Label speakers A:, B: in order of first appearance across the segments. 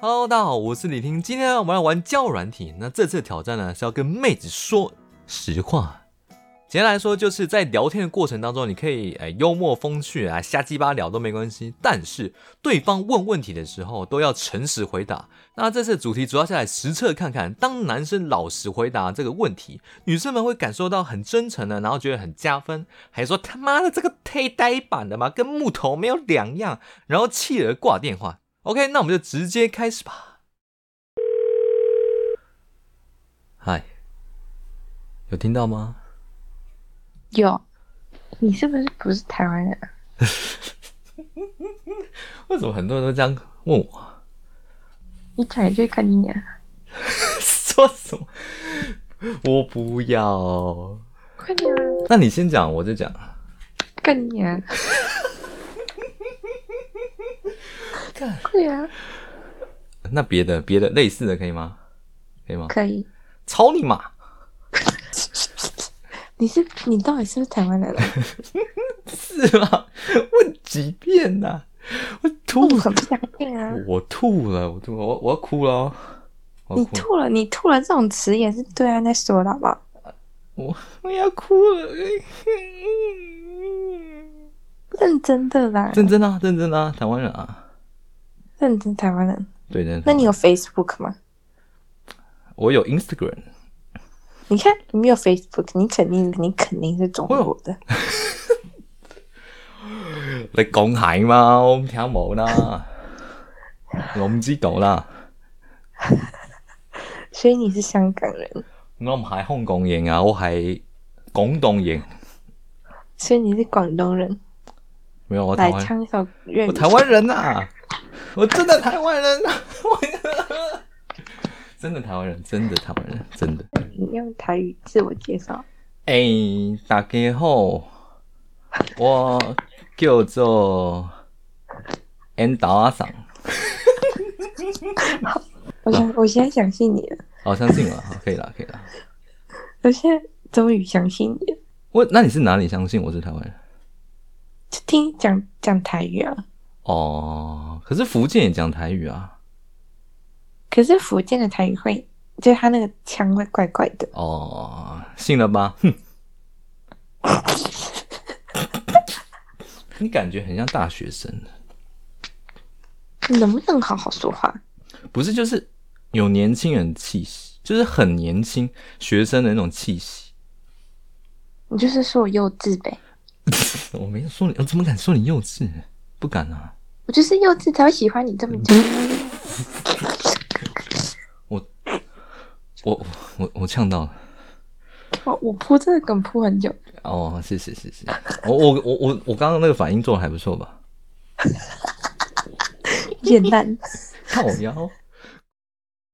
A: Hello，大家好，我是李听。今天呢，我们来玩交友软体。那这次的挑战呢，是要跟妹子说实话。简单来说，就是在聊天的过程当中，你可以呃幽默风趣啊，瞎鸡巴聊都没关系。但是对方问问题的时候，都要诚实回答。那这次主题主要是来实测看看，当男生老实回答这个问题，女生们会感受到很真诚的，然后觉得很加分，还说他妈的这个忒呆板的嘛，跟木头没有两样，然后气而挂电话。OK，那我们就直接开始吧。嗨，有听到吗？
B: 有，你是不是不是台湾人？啊
A: 为什么很多人都这样问我？
B: 你讲一句看你脸，
A: 说什么？我不要。
B: 快点啊，
A: 那你先讲，我再讲。
B: 看你脸，
A: 看，
B: 快点啊，
A: 那别的别的类似的可以吗？可以吗？
B: 可以。
A: 操你妈！
B: 你是你到底是不是台湾人啊？
A: 是吗？问几遍呐、我吐
B: 我
A: 了
B: 很，不相信啊！
A: 我吐了，我吐了，我我要哭了哦，我要
B: 你
A: 哭了，
B: 吐了，你吐了这种词也是对岸在说的，好不好？
A: 我我要哭了。
B: 认真的啦，
A: 认真啊，认真啊，台湾人啊，
B: 认真台湾人。
A: 对认真。
B: 那你有 Facebook 吗？
A: 我有 Instagram，
B: 你看你没有 Facebook，你肯定你肯定是中国的。
A: 你講係嘛？我唔聽冇啦， 我唔知道啦，
B: 所以你是香港人，
A: 我唔係香港人啊，我係廣東人。
B: 所以你是廣東人。
A: 沒有我台
B: 来
A: 灣，
B: 唱一首粤
A: 我
B: 语。
A: 台湾人啊，我真的台灣人啊， 我真的台灣人，真的台灣人，真的。
B: 你用台语自我介绍。
A: 哎、大家好，我叫做 Andy 桑，
B: 我想，我现在相信你了。
A: 好、哦相信了，好 可以了，可以了。
B: 我现在终于相信你了，
A: 我，那你是哪里相信我是台湾人？
B: 就听你讲讲台语啊。
A: 哦，可是福建也讲台语啊。
B: 可是福建的台语会，就是他那个腔会怪怪的。
A: 哦，信了吧？ 哼。你感觉很像大学生，
B: 你能不能好好说话？
A: 不是就是有年轻人气息，就是很年轻学生的那种气息。
B: 你就是说我幼稚呗，
A: 我没有说你，我怎么敢说你幼稚？不敢啊！
B: 我就是幼稚才会喜欢你这么久。
A: 我我我我呛到了。
B: 我我铺这个梗铺很久，
A: 哦，谢谢谢谢。 我我我我我刚刚那个反应做的还不错吧？
B: 简单。
A: 看我腰。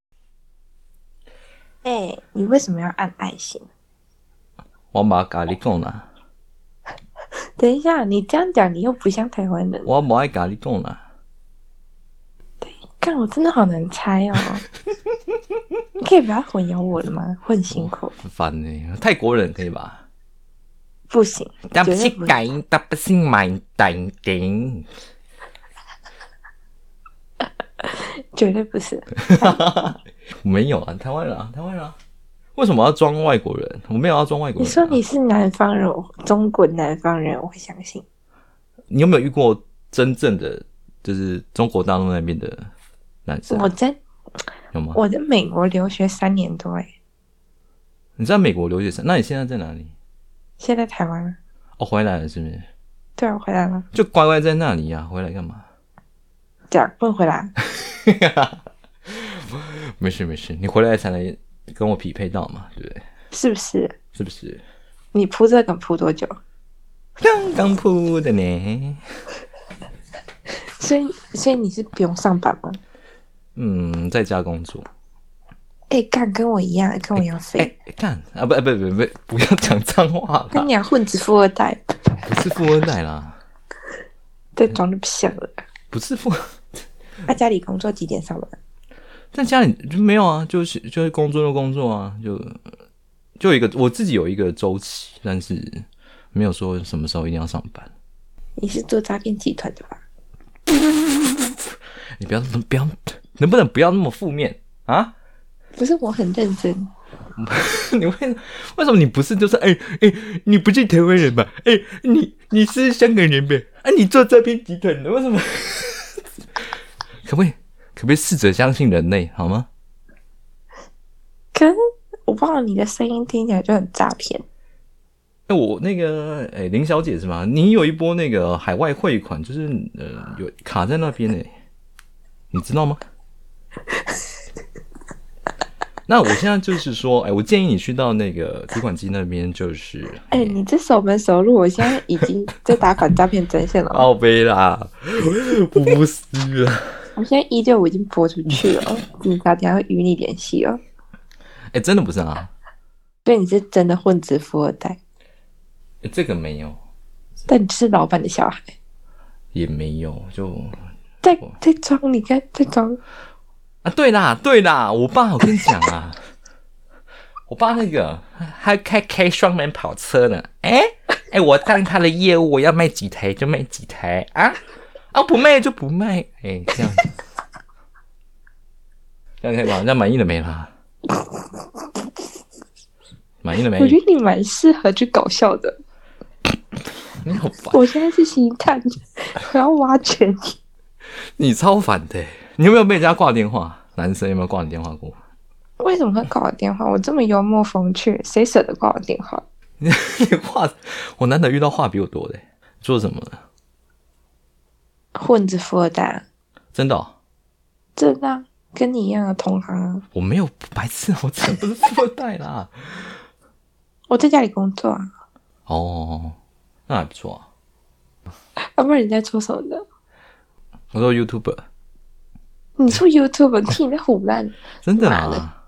B: 哎、你为什么要按爱心？
A: 我冇咖喱讲啦，
B: 等一下，你这样讲，你又不像台湾人。
A: 我冇爱咖喱讲啦。
B: 干，我真的好难 猜哦。你可以不要混淆我了吗？我很辛苦，
A: 很烦呢、泰国人可以吧？
B: 不行，
A: 但
B: 绝对不行。
A: 敢，但不是蛮淡定。
B: 绝对不是。
A: 没有啊，台湾人啊，台湾人啊，为什么要装外国人？我没有要装外国
B: 你
A: 人、啊。
B: 说你是南方人，我中国南方人，我会相信。
A: 你有没有遇过真正的就是中国大陆那边的男生啊？
B: 我在
A: 有吗？
B: 我在美国留学三年多，哎，
A: 你在美国留学生，那你现在在哪里？
B: 现在台湾了。
A: 哦，回来了是不是？
B: 对啊，我回来了。
A: 就乖乖在那里呀、回来干嘛？
B: 这样问回来，
A: 没事没事，你回来才能跟我匹配到嘛，对不对？
B: 是不是？
A: 是不是？
B: 你铺这个梗铺多久？
A: 刚刚铺的呢。
B: 所以，所以你是不用上班吗？
A: 嗯，在家工作。
B: 哎，干跟我一样，跟我一样
A: 哎
B: 废，、
A: 干啊！不不不不，不要讲脏话
B: 跟
A: 啦
B: 你，俩混子富二代，
A: 不是富二代啦，
B: 对，装的不像了。
A: 不是富，
B: 他家里工作几点上班？
A: 在家里就没有啊，就是就是工作就工作啊，就就有一个我自己有一个周期，但是没有说什么时候一定要上班。
B: 你是做诈骗集团的吧？
A: 你不要不要能不能不要那么负面啊？
B: 不是我很认真，
A: 你为为什么你不是就是哎哎，你不是台湾人吧？哎，你你是香港人呗？啊，你做诈骗集团的，为什么？ 可不可以可不可以试着相信人类好吗？
B: 可是我忘了你的声音听起来就很诈骗。
A: 哎，我那个哎林小姐是吗？你有一波那个海外汇款，就是呃有卡在那边呢，你知道吗？ 那我现在就是说，哎，我建议你去到那个提款机那边，就是
B: 哎、你这守门熟路，我现在已经在打反诈骗 专线了。
A: 奥贝啦，不是啊。
B: 我现在一六五已经拨出去了，警察等一下会与你联系哦。
A: 哎、真的不是啊，
B: 所以你是真的混子富二代，
A: 哎这个没有，
B: 但你是老板的小孩，
A: 也没有，就
B: 在在装，你看在装。
A: 啊，对啦，对啦，我爸，我跟你讲啊， 我爸那个还开开双门跑车呢，哎哎，我当他的业务，我要卖几台就卖几台啊啊，不卖就不卖，哎，这样子， 这样可以吧？那满意了没 啦？满意了没
B: 我？觉得你蛮适合去搞笑的。
A: 你好烦。
B: 我现在是星探，我要挖掘你。
A: 你超烦的欸，你有没有被人家挂电话？男生有没有挂你电话过？
B: 为什么会挂我电话？我这么幽默风趣，谁舍得挂我电话？
A: 你话，我难得遇到话比我多的欸，说什么呢？
B: 混子富二代啊，
A: 真的哦、
B: 这那跟你一样的同行啊。
A: 我没有白痴， 我真的不是富二代啦。
B: 我在家里工作啊，
A: 哦，那还不错啊。
B: 要不然你在做什么的？
A: 我说 YouTuber，
B: 你做 YouTube，你听你在胡乱，
A: 真的
B: 妈
A: 啦，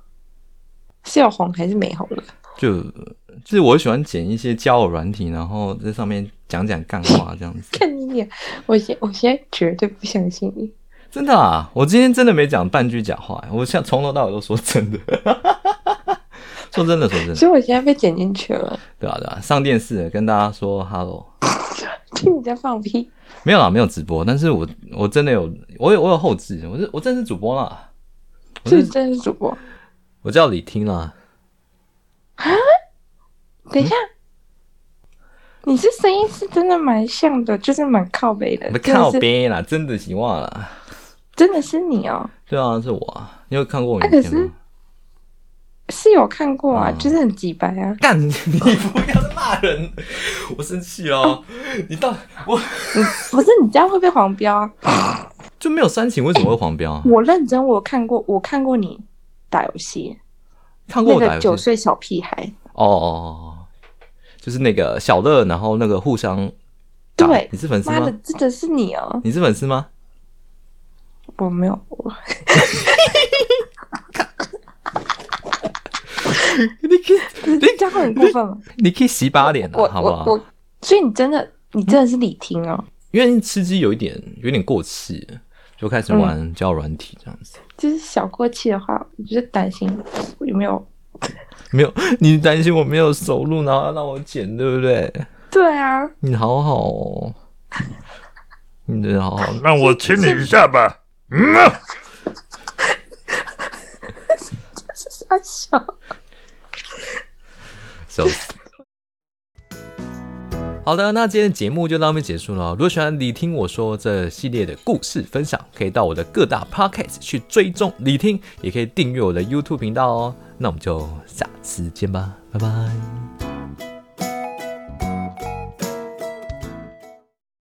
B: 是有红还是没红的？
A: 就就是我喜欢剪一些交友软体，然后在上面讲讲干话这样 子。
B: 看你脸，我现我现在绝对不相信你。
A: 真的啊，我今天真的没讲半句假话，我像从头到尾都说真的。 说真的，说真的，
B: 所以我现在被剪进去了。
A: 对啊对啊，上电视了跟大家说 hello。
B: 听你在放屁，
A: 没有啦，没有直播，但是我我真的有，我有我有后置，我是我真的是主播啦，我
B: 这
A: 是
B: 是真的是主播。
A: 我叫李听啦，
B: 等一下，你这声音是真的蛮像的，就是蛮靠北的
A: 我们，
B: 真的
A: 靠
B: 是
A: 边啦，真的喜欢啦，
B: 真的是你哦，
A: 对啊，是我啊，你有看过我
B: 啊
A: 影
B: 可
A: 片
B: 是
A: 吗？
B: 是有看过啊，
A: 哦
B: 就是很几白啊。
A: 干，你不要再骂人，我生气了，你到我
B: 不是你这样会被黄标啊！
A: 就没有煽情，为什么会黄标啊？
B: 我认真，我看过，我看过你打游戏，
A: 看过我
B: 那
A: 打
B: 个
A: 游
B: 九
A: 戏
B: 岁小屁孩，
A: 哦哦哦哦，就是那个小乐，然后那个互相打
B: 对
A: 你是粉丝
B: 妈的
A: 吗？，
B: 这的是你哦！
A: 你是粉丝吗？
B: 我没有，我
A: 你可 以
B: 这这样会很过 分吗？
A: 你可以洗把脸
B: 我
A: 了，好不
B: 我
A: 好？
B: 我，所以你真的，你真的是李听哦，
A: 因为吃鸡有一点有点过气了，就开始玩交友软体这样子。
B: 就是小过气的话，我就是担心我有没有。
A: 没有， 你担心我没有收入，然后要让我剪，对不对？
B: 对啊，
A: 你好好、哦，你真的好哦好。
C: 让我亲你一下吧。嗯、啊，
B: 这是三啊小。
A: 笑死。 好的，那今天的节目就到这边结束了哦。如果喜欢你听我说这系列的故事分享，可以到我的各大 podcast 去追踪你听，也可以订阅我的 YouTube 频道哦。那我们就下次见吧，拜拜。